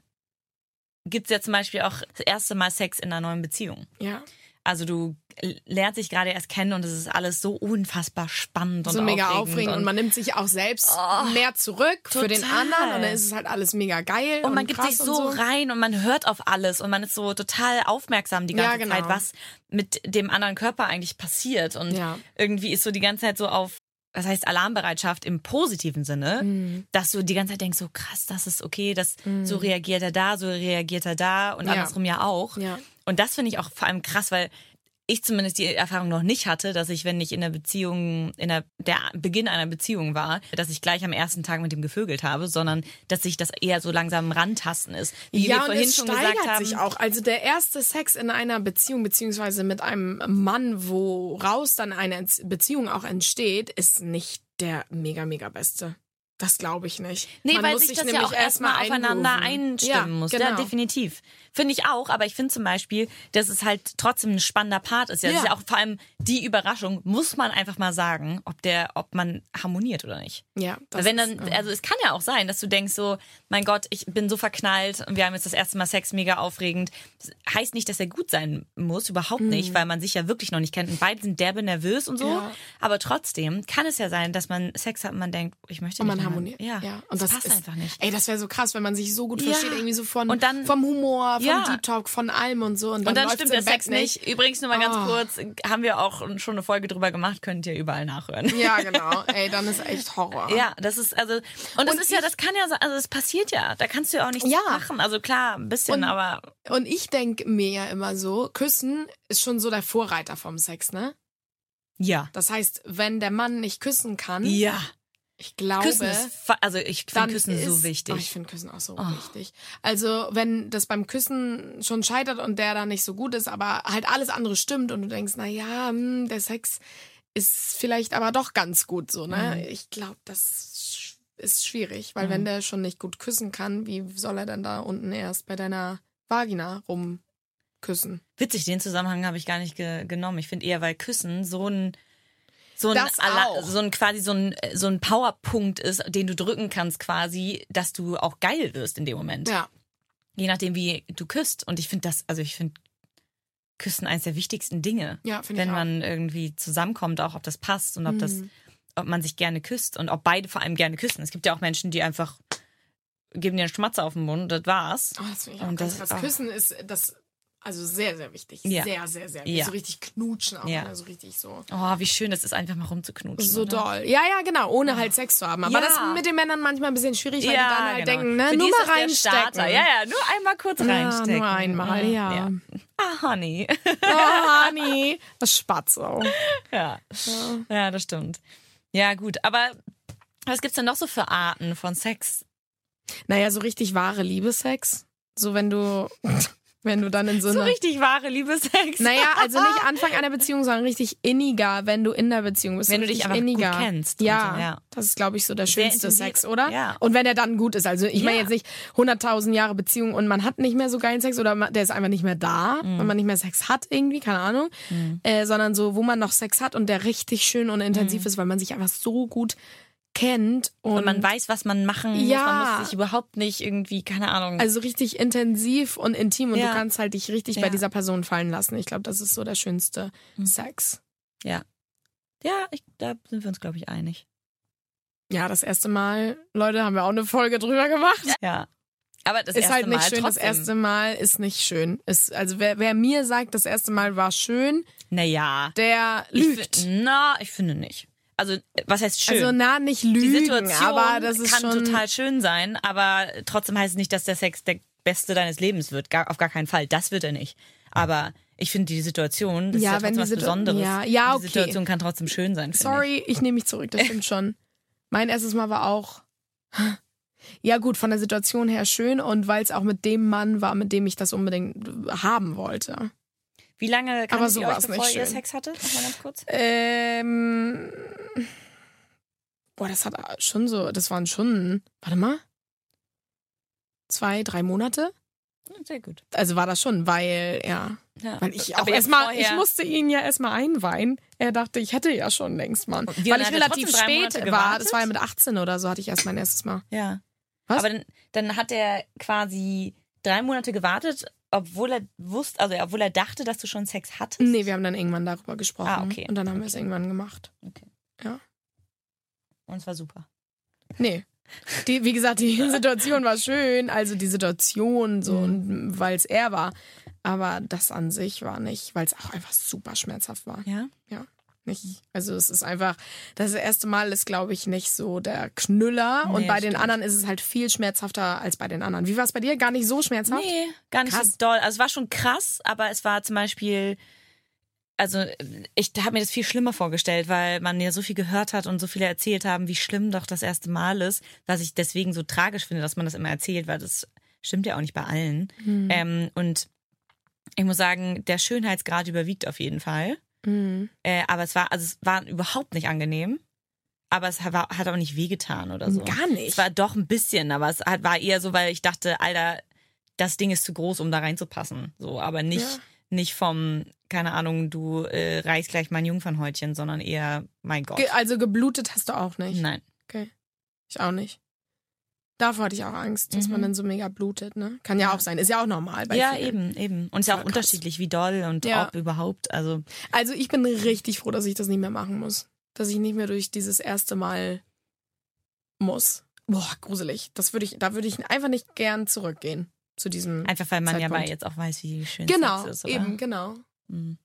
Speaker 3: gibt's ja zum Beispiel auch das erste Mal Sex in einer neuen Beziehung.
Speaker 2: Ja.
Speaker 3: Also du l- lernst dich gerade erst kennen und es ist alles so unfassbar spannend
Speaker 2: So
Speaker 3: und
Speaker 2: mega
Speaker 3: aufregend.
Speaker 2: aufregend und man nimmt sich auch selbst mehr zurück für den
Speaker 3: total.
Speaker 2: anderen und dann ist es halt alles mega geil.
Speaker 3: Und man gibt
Speaker 2: krass
Speaker 3: sich
Speaker 2: und
Speaker 3: so, rein und man hört auf alles und man ist so total aufmerksam die ganze
Speaker 2: Ja, genau.
Speaker 3: Zeit, was mit dem anderen Körper eigentlich passiert. Und
Speaker 2: Ja.
Speaker 3: irgendwie ist so die ganze Zeit so auf, was heißt Alarmbereitschaft im positiven Sinne,
Speaker 2: Mhm.
Speaker 3: dass du die ganze Zeit denkst, so krass, das ist okay, das so reagiert er da, so reagiert er da und
Speaker 2: Ja.
Speaker 3: andersrum ja auch.
Speaker 2: Ja.
Speaker 3: Und das finde ich auch vor allem krass, weil ich zumindest die Erfahrung noch nicht hatte, dass ich, wenn ich in der Beziehung, in der, der Beginn einer Beziehung war, dass ich gleich am ersten Tag mit dem gevögelt habe, sondern dass sich das eher so langsam rantasten ist. Wie wir
Speaker 2: Ja, und
Speaker 3: vorhin
Speaker 2: es
Speaker 3: schon
Speaker 2: steigert
Speaker 3: gesagt haben.
Speaker 2: sich auch. Also der erste Sex in einer Beziehung, beziehungsweise mit einem Mann, woraus dann eine Ents- Beziehung auch entsteht, ist nicht der mega, mega beste. Das glaube ich nicht.
Speaker 3: Nee,
Speaker 2: Man
Speaker 3: weil
Speaker 2: muss
Speaker 3: sich das ja
Speaker 2: nämlich
Speaker 3: auch erstmal
Speaker 2: erstmal
Speaker 3: aufeinander
Speaker 2: eingrooven.
Speaker 3: einstimmen
Speaker 2: ja,
Speaker 3: muss.
Speaker 2: Genau.
Speaker 3: Ja, definitiv. Finde ich auch, aber ich finde zum Beispiel, dass es halt trotzdem ein spannender Part ist. Ja, Das
Speaker 2: Ja.
Speaker 3: ist ja auch vor allem die Überraschung, muss man einfach mal sagen, ob der, ob man harmoniert oder nicht.
Speaker 2: Ja, das
Speaker 3: Wenn
Speaker 2: ist, ähm
Speaker 3: dann, also es kann ja auch sein, dass du denkst so, mein Gott, ich bin so verknallt und wir haben jetzt das erste Mal Sex, mega aufregend. Das heißt nicht, dass er gut sein muss, überhaupt
Speaker 2: Mhm.
Speaker 3: nicht, weil man sich ja wirklich noch nicht kennt und beide sind derbe nervös und so.
Speaker 2: Ja.
Speaker 3: Aber trotzdem kann es ja sein, dass man Sex hat und man denkt, ich möchte
Speaker 2: Und
Speaker 3: nicht.
Speaker 2: man
Speaker 3: mehr.
Speaker 2: harmoniert.
Speaker 3: Ja,
Speaker 2: Und das,
Speaker 3: das, passt
Speaker 2: ist,
Speaker 3: einfach nicht.
Speaker 2: Ey, das wäre so krass, wenn man sich so gut
Speaker 3: Ja.
Speaker 2: versteht, irgendwie so von,
Speaker 3: Und dann-
Speaker 2: vom Humor, vom
Speaker 3: Ja.
Speaker 2: Deep Talk, von allem und so. Und dann,
Speaker 3: Und dann
Speaker 2: läuft's
Speaker 3: stimmt
Speaker 2: im
Speaker 3: der
Speaker 2: Bett
Speaker 3: Sex nicht. Übrigens nur mal ganz
Speaker 2: Oh.
Speaker 3: kurz, haben wir auch schon eine Folge drüber gemacht, könnt ihr überall nachhören.
Speaker 2: Ja, genau. Ey, dann ist echt Horror.
Speaker 3: Ja, das ist also und das
Speaker 2: Und
Speaker 3: ist ja,
Speaker 2: ich-
Speaker 3: das kann ja, so- also das passiert ja, da kannst du ja auch nichts
Speaker 2: Ja.
Speaker 3: machen. Also klar, ein bisschen,
Speaker 2: Und-
Speaker 3: aber
Speaker 2: Und ich denk mir ja immer so, Küssen ist schon so der Vorreiter vom Sex, ne?
Speaker 3: ja.
Speaker 2: Das heißt, wenn der Mann nicht küssen kann,
Speaker 3: Ja.
Speaker 2: ich glaube,
Speaker 3: Küssen ist, fa- also ich
Speaker 2: dann
Speaker 3: finde Küssen
Speaker 2: ist,
Speaker 3: so
Speaker 2: Oh, ich
Speaker 3: wichtig. Ah.
Speaker 2: finde Küssen auch so wichtig. Also wenn das beim Küssen schon scheitert und der da nicht so gut ist, aber halt alles andere stimmt und du denkst, na ja, hm, der Sex ist vielleicht aber doch ganz gut so, ne?
Speaker 3: Mhm.
Speaker 2: Ich glaube, das ist schwierig, weil wenn der schon nicht gut küssen kann, wie soll er dann da unten erst bei deiner Vagina rumküssen?
Speaker 3: Witzig, den Zusammenhang habe ich gar nicht ge genommen. Ich finde eher, weil Küssen so ein so ein,
Speaker 2: Das
Speaker 3: Ala-
Speaker 2: auch.
Speaker 3: so ein quasi so ein so ein Powerpunkt ist, den du drücken kannst quasi, dass du auch geil wirst in dem Moment.
Speaker 2: Ja.
Speaker 3: Je nachdem, wie du küsst. Und ich finde das, also ich finde Küssen eines der wichtigsten Dinge.
Speaker 2: Ja, finde ich
Speaker 3: wenn
Speaker 2: auch. Mhm.
Speaker 3: man irgendwie zusammenkommt, auch ob das passt und ob das, ob man sich gerne küsst und ob beide vor allem gerne küssen. Es gibt ja auch Menschen, die einfach geben dir einen Schmatzer auf den Mund, das war's.
Speaker 2: Oh, das finde ich auch
Speaker 3: Und
Speaker 2: ganz
Speaker 3: das-
Speaker 2: krass.
Speaker 3: oh.
Speaker 2: Küssen ist das Also sehr, sehr wichtig.
Speaker 3: Ja.
Speaker 2: Sehr, sehr, sehr wichtig.
Speaker 3: Ja.
Speaker 2: So richtig knutschen auch.
Speaker 3: Ja.
Speaker 2: Also richtig so.
Speaker 3: Oh, wie schön das ist, einfach mal rumzuknutschen.
Speaker 2: So
Speaker 3: oder?
Speaker 2: doll. Ja, ja, genau. Ohne halt Sex zu haben. Aber
Speaker 3: Ja.
Speaker 2: das ist mit den Männern manchmal ein bisschen schwierig, weil die dann halt
Speaker 3: genau.
Speaker 2: denken, ne,
Speaker 3: Für
Speaker 2: nur
Speaker 3: die ist
Speaker 2: mal
Speaker 3: das der
Speaker 2: reinstecken.
Speaker 3: Starter. Ja, ja, nur einmal kurz reinstecken.
Speaker 2: nur einmal, ja.
Speaker 3: Ah, Honey.
Speaker 2: Oh, Honey. Das spatzt auch.
Speaker 3: ja. ja, das stimmt. Ja, gut. Aber was gibt's denn noch so für Arten von Sex?
Speaker 2: Naja, so richtig wahre Liebesex. So wenn du, wenn du dann in so,
Speaker 3: So
Speaker 2: einer.
Speaker 3: richtig wahre Liebesex.
Speaker 2: Naja, also nicht Anfang einer Beziehung, sondern richtig inniger, wenn du in der Beziehung bist.
Speaker 3: Wenn
Speaker 2: So
Speaker 3: du dich
Speaker 2: richtig
Speaker 3: einfach gut
Speaker 2: inniger.
Speaker 3: kennst und
Speaker 2: Ja,
Speaker 3: so, ja.
Speaker 2: das ist, glaube ich, so der
Speaker 3: Sehr
Speaker 2: schönste
Speaker 3: intensiv,
Speaker 2: Sex, oder?
Speaker 3: ja.
Speaker 2: Und wenn er dann gut ist. Also ich meine
Speaker 3: Ja.
Speaker 2: jetzt nicht 100.000 Jahre Beziehung und man hat nicht mehr so geilen Sex oder man, der ist einfach nicht mehr da,
Speaker 3: Mhm.
Speaker 2: wenn man nicht mehr Sex hat irgendwie, keine Ahnung. Äh, sondern so, wo man noch Sex hat und der richtig schön und intensiv ist, weil man sich einfach so gut kennt. Und,
Speaker 3: Mhm. Und man weiß, was man machen muss.
Speaker 2: Ja.
Speaker 3: Man muss sich überhaupt nicht irgendwie, keine Ahnung.
Speaker 2: Also richtig intensiv und intim und
Speaker 3: Ja.
Speaker 2: du kannst halt dich richtig bei
Speaker 3: Ja. Mhm.
Speaker 2: dieser Person fallen lassen. Ich glaube, das ist so der schönste Sex.
Speaker 3: ja, ich, da sind wir uns, glaube ich, einig.
Speaker 2: Ja, das erste Mal, Leute, haben wir auch eine Folge drüber gemacht.
Speaker 3: Ja. Aber das
Speaker 2: ist
Speaker 3: erste
Speaker 2: halt nicht
Speaker 3: Mal
Speaker 2: schön. Das
Speaker 3: trotzdem.
Speaker 2: erste Mal ist nicht schön. Ist, also wer, wer mir sagt, das erste Mal war schön,
Speaker 3: Naja.
Speaker 2: der
Speaker 3: Ich
Speaker 2: lügt.
Speaker 3: fi- na, ich finde nicht. Also, was heißt schön?
Speaker 2: Also na, nicht lügen,
Speaker 3: die Situation
Speaker 2: aber das ist
Speaker 3: kann
Speaker 2: schon
Speaker 3: total schön sein, aber trotzdem heißt es nicht, dass der Sex der beste deines Lebens wird. Gar, auf gar keinen Fall. Das wird er nicht. Aber ich finde die Situation, das
Speaker 2: Ja,
Speaker 3: ist ja
Speaker 2: wenn
Speaker 3: trotzdem
Speaker 2: die
Speaker 3: was
Speaker 2: Situ-
Speaker 3: Besonderes.
Speaker 2: Ja, ja,
Speaker 3: Und Die
Speaker 2: okay.
Speaker 3: Situation kann trotzdem schön sein. finde
Speaker 2: Sorry, ich nehme mich zurück, das stimmt schon. Mein erstes Mal war auch. Ja, gut, von der Situation her schön und weil es auch mit dem Mann war, mit dem ich das unbedingt haben wollte.
Speaker 3: Ich. Wie lange kanntet
Speaker 2: Aber so
Speaker 3: ihr euch,
Speaker 2: war's nicht
Speaker 3: bevor ihr
Speaker 2: schön.
Speaker 3: Sex hattet? Nochmal ganz kurz.
Speaker 2: Ähm. Boah, das hat schon so. Das waren schon. Warte mal. Zwei, drei Monate?
Speaker 3: Sehr gut.
Speaker 2: Also war das schon, weil, ja.
Speaker 3: Ja.
Speaker 2: Weil ich
Speaker 3: Aber
Speaker 2: auch
Speaker 3: jetzt
Speaker 2: erstmal,
Speaker 3: vorher-
Speaker 2: ich musste ihn ja erstmal einweihen. Er dachte, ich hätte ja schon längst mal.
Speaker 3: Und wie
Speaker 2: Weil
Speaker 3: lange
Speaker 2: ich
Speaker 3: hat er
Speaker 2: relativ
Speaker 3: trotzdem drei
Speaker 2: spät
Speaker 3: Monate
Speaker 2: war.
Speaker 3: gewartet?
Speaker 2: Das war ja mit 18 oder so, hatte ich erst mein erstes Mal.
Speaker 3: Ja.
Speaker 2: Was?
Speaker 3: Aber dann, dann hat er quasi drei Monate gewartet, obwohl er wusste, also obwohl er dachte, dass du schon Sex hattest.
Speaker 2: Nee, wir haben dann irgendwann darüber gesprochen.
Speaker 3: Ah, okay.
Speaker 2: Und dann haben wir es irgendwann gemacht.
Speaker 3: Und es war super.
Speaker 2: Nee. Die, wie gesagt, die Situation war schön, also die Situation,
Speaker 3: Mhm.
Speaker 2: so, und weil es er war. Aber das an sich war nicht, weil es auch einfach super schmerzhaft war.
Speaker 3: Ja.
Speaker 2: Nicht, also es ist einfach, das erste Mal ist, glaube ich, nicht so der Knüller. und
Speaker 3: Nee,
Speaker 2: bei den
Speaker 3: stimmt.
Speaker 2: anderen ist es halt viel schmerzhafter als bei den anderen. Wie war es bei dir? Gar nicht so schmerzhaft?
Speaker 3: Nee, gar nicht
Speaker 2: Krass.
Speaker 3: so doll. Also es war schon krass, aber es war zum Beispiel, also ich habe mir das viel schlimmer vorgestellt, weil man ja so viel gehört hat und so viele erzählt haben, wie schlimm doch das erste Mal ist, was ich deswegen so tragisch finde, dass man das immer erzählt, weil das stimmt ja auch nicht bei allen.
Speaker 2: Hm. Mhm.
Speaker 3: Ähm, und ich muss sagen, der Schönheitsgrad überwiegt auf jeden Fall.
Speaker 2: Mhm.
Speaker 3: Äh, aber es war, also es war überhaupt nicht angenehm. Aber es war, hat auch nicht wehgetan oder so.
Speaker 2: Gar nicht.
Speaker 3: also Es war doch ein bisschen, aber es hat, war eher so, weil ich dachte, Alter, das Ding ist zu groß, um da reinzupassen. So, aber nicht,
Speaker 2: Ja.
Speaker 3: nicht vom, keine Ahnung, du äh, reißt gleich mein Jungfernhäutchen, sondern eher, mein Gott.
Speaker 2: Ge also geblutet hast du auch nicht.
Speaker 3: Nein.
Speaker 2: Okay. Ich auch nicht. Davor hatte ich auch Angst, dass
Speaker 3: Mhm.
Speaker 2: man dann so mega blutet, ne? Kann ja, auch sein. Ist ja auch normal bei
Speaker 3: ja,
Speaker 2: vielen.
Speaker 3: eben, eben. Und es ist ja auch
Speaker 2: Voll krass.
Speaker 3: unterschiedlich, wie doll und
Speaker 2: Ja.
Speaker 3: ob überhaupt. Also,
Speaker 2: Also ich bin richtig froh, dass ich das nicht mehr machen muss. Dass ich nicht mehr durch dieses erste Mal muss. Boah, gruselig. Das würde ich, da würde ich einfach nicht gern zurückgehen zu diesem.
Speaker 3: einfach weil man ja
Speaker 2: Zeitpunkt.
Speaker 3: bei jetzt auch weiß, wie schön
Speaker 2: Genau,
Speaker 3: Sex ist. Oder?
Speaker 2: eben, genau.
Speaker 3: Mhm.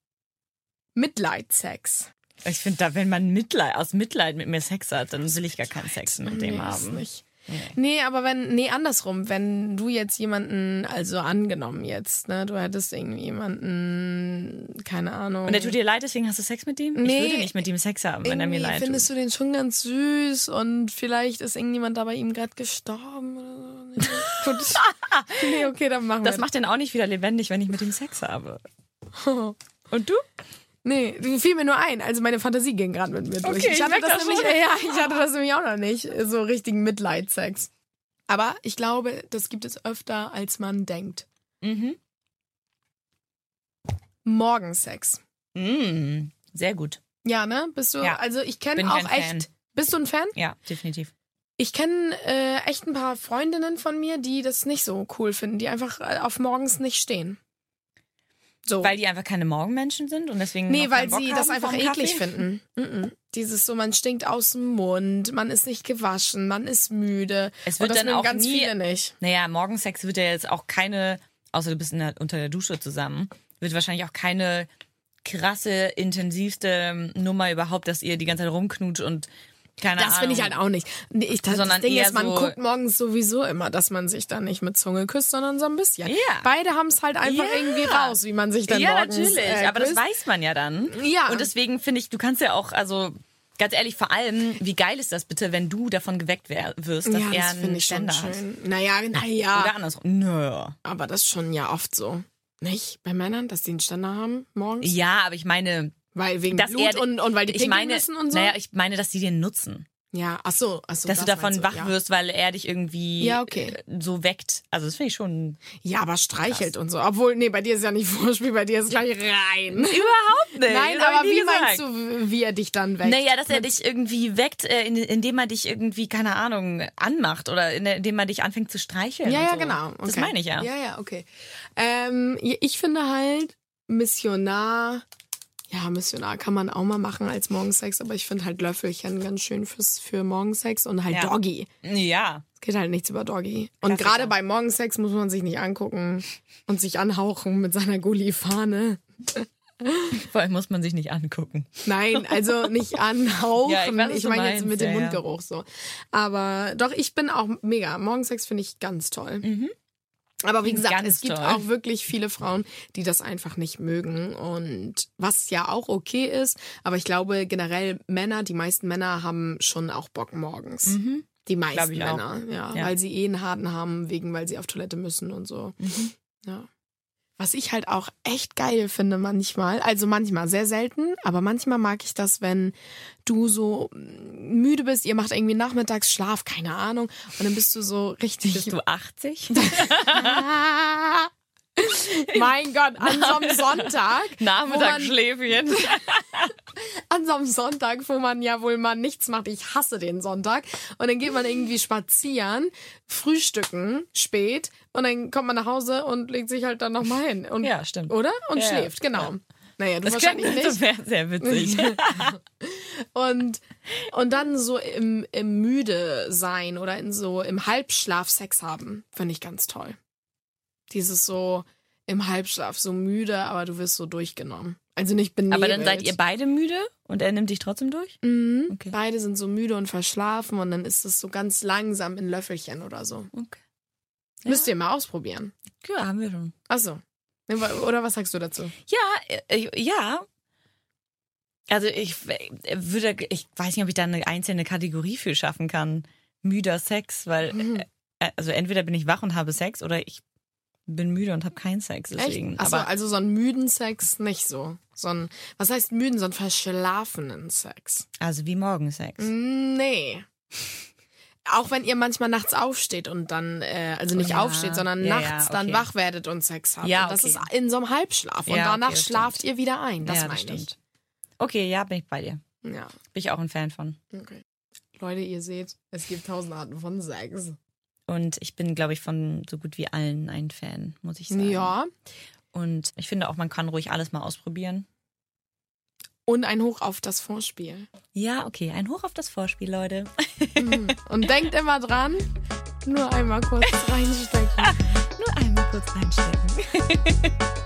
Speaker 2: Mitleidsex.
Speaker 3: Ich finde, da, wenn man Mitleid, aus Mitleid mit mir Sex hat, dann will ich gar keinen Sex mit dem
Speaker 2: nee, ist
Speaker 3: haben.
Speaker 2: Nicht.
Speaker 3: Nee.
Speaker 2: Nee, aber wenn, nee, andersrum, wenn du jetzt jemanden, also angenommen jetzt, ne, du hättest irgendwie jemanden, keine Ahnung.
Speaker 3: Und er tut dir leid, deswegen hast du Sex mit ihm?
Speaker 2: Nee.
Speaker 3: ich würde nicht mit ihm Sex haben, wenn er mir
Speaker 2: Irgendwie
Speaker 3: leid tut.
Speaker 2: findest du den schon ganz süß und vielleicht ist irgendjemand da bei ihm gerade gestorben oder so. Nee, Gut. Nee, okay, dann machen
Speaker 3: Das
Speaker 2: wir
Speaker 3: macht den auch nicht wieder lebendig, wenn ich mit ihm Sex habe. Und du?
Speaker 2: Nee, du fiel mir nur ein. Also meine Fantasie ging gerade mit mir durch.
Speaker 3: Okay,
Speaker 2: ich,
Speaker 3: ich
Speaker 2: hatte
Speaker 3: merk
Speaker 2: das
Speaker 3: das
Speaker 2: nämlich,
Speaker 3: schon.
Speaker 2: ja, ich hatte das nämlich auch noch nicht. So richtigen Mitleidsex. Aber ich glaube, das gibt es öfter, als man denkt.
Speaker 3: Mhm.
Speaker 2: Morgensex.
Speaker 3: Mm, sehr gut.
Speaker 2: Ja, ne? Bist du,
Speaker 3: Ja.
Speaker 2: also ich
Speaker 3: Bin
Speaker 2: kenne
Speaker 3: ich
Speaker 2: auch
Speaker 3: ein Fan.
Speaker 2: echt. Bist du ein Fan?
Speaker 3: Ja, definitiv.
Speaker 2: Ich kenne äh, echt ein paar Freundinnen von mir, die das nicht so cool finden, die einfach äh, auf morgens nicht stehen. So.
Speaker 3: Weil die einfach keine Morgenmenschen sind und deswegen.
Speaker 2: nee,
Speaker 3: noch
Speaker 2: weil
Speaker 3: keinen Bock
Speaker 2: sie
Speaker 3: haben
Speaker 2: das einfach
Speaker 3: vom
Speaker 2: eklig
Speaker 3: Kaffee?
Speaker 2: finden. Mhm. Dieses so, man stinkt aus dem Mund, man ist nicht gewaschen, man ist müde.
Speaker 3: Es wird
Speaker 2: Und das
Speaker 3: dann
Speaker 2: mögen
Speaker 3: auch
Speaker 2: ganz
Speaker 3: nie-
Speaker 2: viele nicht.
Speaker 3: Naja, Morgensex wird ja jetzt auch keine außer du bist in der, unter der Dusche zusammen, wird wahrscheinlich auch keine krasse, intensivste Nummer überhaupt, dass ihr die ganze Zeit rumknutscht und keine Ahnung.
Speaker 2: Das finde ich halt auch nicht. Nee, ich, das,
Speaker 3: Sondern
Speaker 2: das Ding
Speaker 3: eher
Speaker 2: ist, man
Speaker 3: so-
Speaker 2: guckt morgens sowieso immer, dass man sich dann nicht mit Zunge küsst, sondern so ein bisschen.
Speaker 3: Ja.
Speaker 2: Beide haben es halt einfach
Speaker 3: Ja.
Speaker 2: irgendwie raus, wie man sich dann
Speaker 3: Ja,
Speaker 2: morgens
Speaker 3: natürlich,
Speaker 2: äh,
Speaker 3: aber das
Speaker 2: küsst.
Speaker 3: weiß man ja dann.
Speaker 2: Ja.
Speaker 3: Und deswegen finde ich, du kannst ja auch, also ganz ehrlich, vor allem, wie geil ist das bitte, wenn du davon geweckt wer- wirst, dass
Speaker 2: ja,
Speaker 3: er
Speaker 2: das
Speaker 3: einen
Speaker 2: finde ich schon
Speaker 3: Ständer hat.
Speaker 2: schön. Naja,
Speaker 3: Oder
Speaker 2: naja.
Speaker 3: andersrum. Nö.
Speaker 2: Aber das ist schon ja oft so. Nicht? Bei Männern, dass die einen Ständer haben morgens?
Speaker 3: Ja, aber ich meine,
Speaker 2: Weil wegen
Speaker 3: dass
Speaker 2: Blut
Speaker 3: er,
Speaker 2: und, und weil die
Speaker 3: ich
Speaker 2: pinkeln
Speaker 3: meine,
Speaker 2: müssen und so?
Speaker 3: Naja, ich meine, dass die den nutzen.
Speaker 2: ja, ach so. Ach so
Speaker 3: Dass
Speaker 2: das
Speaker 3: du davon
Speaker 2: meinst
Speaker 3: wach
Speaker 2: ja.
Speaker 3: wirst, weil er dich irgendwie
Speaker 2: Ja, okay.
Speaker 3: äh, so weckt. Also das finde ich schon
Speaker 2: Ja, aber streichelt und so. Obwohl, nee, bei dir ist ja nicht Vorspiel, bei dir ist gleich rein.
Speaker 3: überhaupt nicht.
Speaker 2: Nein, aber wie meinst du, wie er dich dann weckt?
Speaker 3: Naja, dass er dich irgendwie weckt, äh, in, indem er dich irgendwie, keine Ahnung, anmacht oder in, indem er dich anfängt zu streicheln.
Speaker 2: Ja,
Speaker 3: und
Speaker 2: ja,
Speaker 3: so.
Speaker 2: genau.
Speaker 3: Also, Das
Speaker 2: Okay.
Speaker 3: meine ich ja.
Speaker 2: Ja, ja, okay. Ähm, ich finde halt, Missionar, ja, Missionar kann man auch mal machen als Morgensex, aber ich finde halt Löffelchen ganz schön fürs, für Morgensex und halt
Speaker 3: Ja.
Speaker 2: Doggy.
Speaker 3: Ja.
Speaker 2: Es geht halt nichts über Doggy. Und
Speaker 3: Klassiker.
Speaker 2: gerade bei Morgensex muss man sich nicht angucken und sich anhauchen mit seiner Gulli-Fahne.
Speaker 3: Vor allem muss man sich nicht angucken.
Speaker 2: Nein, also nicht anhauchen.
Speaker 3: Ja, ich weiß, was
Speaker 2: ich
Speaker 3: du
Speaker 2: meine jetzt
Speaker 3: meinst.
Speaker 2: mit dem
Speaker 3: Ja, ja.
Speaker 2: Mundgeruch so. Aber doch, ich bin auch mega. Morgensex finde ich ganz toll. Aber wie gesagt,
Speaker 3: Mhm. Ganz
Speaker 2: es gibt
Speaker 3: toll.
Speaker 2: auch wirklich viele Frauen, die das einfach nicht mögen. Und was ja auch okay ist, aber ich glaube generell Männer, die meisten Männer haben schon auch Bock morgens. Die meisten
Speaker 3: Glaube ich auch.
Speaker 2: Männer, ja,
Speaker 3: Ja.
Speaker 2: Weil sie eh einen harten haben, wegen weil sie auf Toilette müssen und so.
Speaker 3: Mhm.
Speaker 2: Ja. Was ich halt auch echt geil finde manchmal, also manchmal sehr selten, aber manchmal mag ich das, wenn du so mm, müde bist, ihr macht irgendwie Nachmittagsschlaf, keine Ahnung, und dann bist du so richtig.
Speaker 3: Bist du 80?
Speaker 2: Ah. mein Gott, an so einem Sonntag,
Speaker 3: Nachmittagsschläfchen.
Speaker 2: an so einem Sonntag, wo man ja wohl mal nichts macht. Ich hasse den Sonntag. Und dann geht man irgendwie spazieren, frühstücken spät und dann kommt man nach Hause und legt sich halt dann nochmal hin. Und,
Speaker 3: Ja, stimmt.
Speaker 2: Oder? Und
Speaker 3: Ja, ja.
Speaker 2: schläft, genau. Naja, Oh, du
Speaker 3: Das klingt
Speaker 2: wahrscheinlich nicht.
Speaker 3: das wär sehr witzig.
Speaker 2: Und, und dann so im, im müde sein oder in so im Halbschlaf Sex haben, finde ich ganz toll. Dieses so im Halbschlaf, so müde, aber du wirst so durchgenommen. Also nicht benebelt.
Speaker 3: Aber dann seid ihr beide müde und er nimmt dich trotzdem durch?
Speaker 2: Mhm.
Speaker 3: Okay.
Speaker 2: Beide sind so müde und verschlafen und dann ist es so ganz langsam in Löffelchen oder so.
Speaker 3: Okay.
Speaker 2: Müsst ihr mal ausprobieren.
Speaker 3: Ja, haben wir schon.
Speaker 2: Achso. Oder was sagst du dazu?
Speaker 3: Ja, äh, ja. Also ich äh, würde, ich weiß nicht, ob ich da eine einzelne Kategorie für schaffen kann. Müder Sex, weil
Speaker 2: Mhm.
Speaker 3: äh, äh, also entweder bin ich wach und habe Sex oder ich bin müde und habe keinen Sex. Deswegen.
Speaker 2: Echt? Achso,
Speaker 3: Aber
Speaker 2: also so einen müden Sex nicht so. So ein, was heißt müden? So einen verschlafenen Sex.
Speaker 3: also wie Morgensex.
Speaker 2: Mhm, Nee. Auch wenn ihr manchmal nachts aufsteht und dann, äh, also nicht
Speaker 3: Ja.
Speaker 2: aufsteht, sondern
Speaker 3: Ja, ja,
Speaker 2: nachts dann
Speaker 3: okay.
Speaker 2: wach werdet und Sex habt.
Speaker 3: Ja,
Speaker 2: und das
Speaker 3: okay.
Speaker 2: ist in so einem Halbschlaf. Und
Speaker 3: Ja, okay,
Speaker 2: danach
Speaker 3: das
Speaker 2: schlaft ihr wieder ein. Das
Speaker 3: ja,
Speaker 2: meine
Speaker 3: stimmt. Okay, ja, bin ich bei dir.
Speaker 2: ich. Ja,
Speaker 3: Bin ich auch ein Fan von.
Speaker 2: okay. Leute, ihr seht, es gibt tausend Arten von Sex.
Speaker 3: Und ich bin, glaube ich, von so gut wie allen ein Fan, muss ich sagen.
Speaker 2: Ja.
Speaker 3: Und ich finde auch, man kann ruhig alles mal ausprobieren.
Speaker 2: Und ein Hoch auf das Vorspiel.
Speaker 3: Ja, okay, ein Hoch auf das Vorspiel, Leute.
Speaker 2: Mhm. und denkt immer dran, nur einmal kurz reinstecken.
Speaker 3: Nur einmal kurz reinstecken.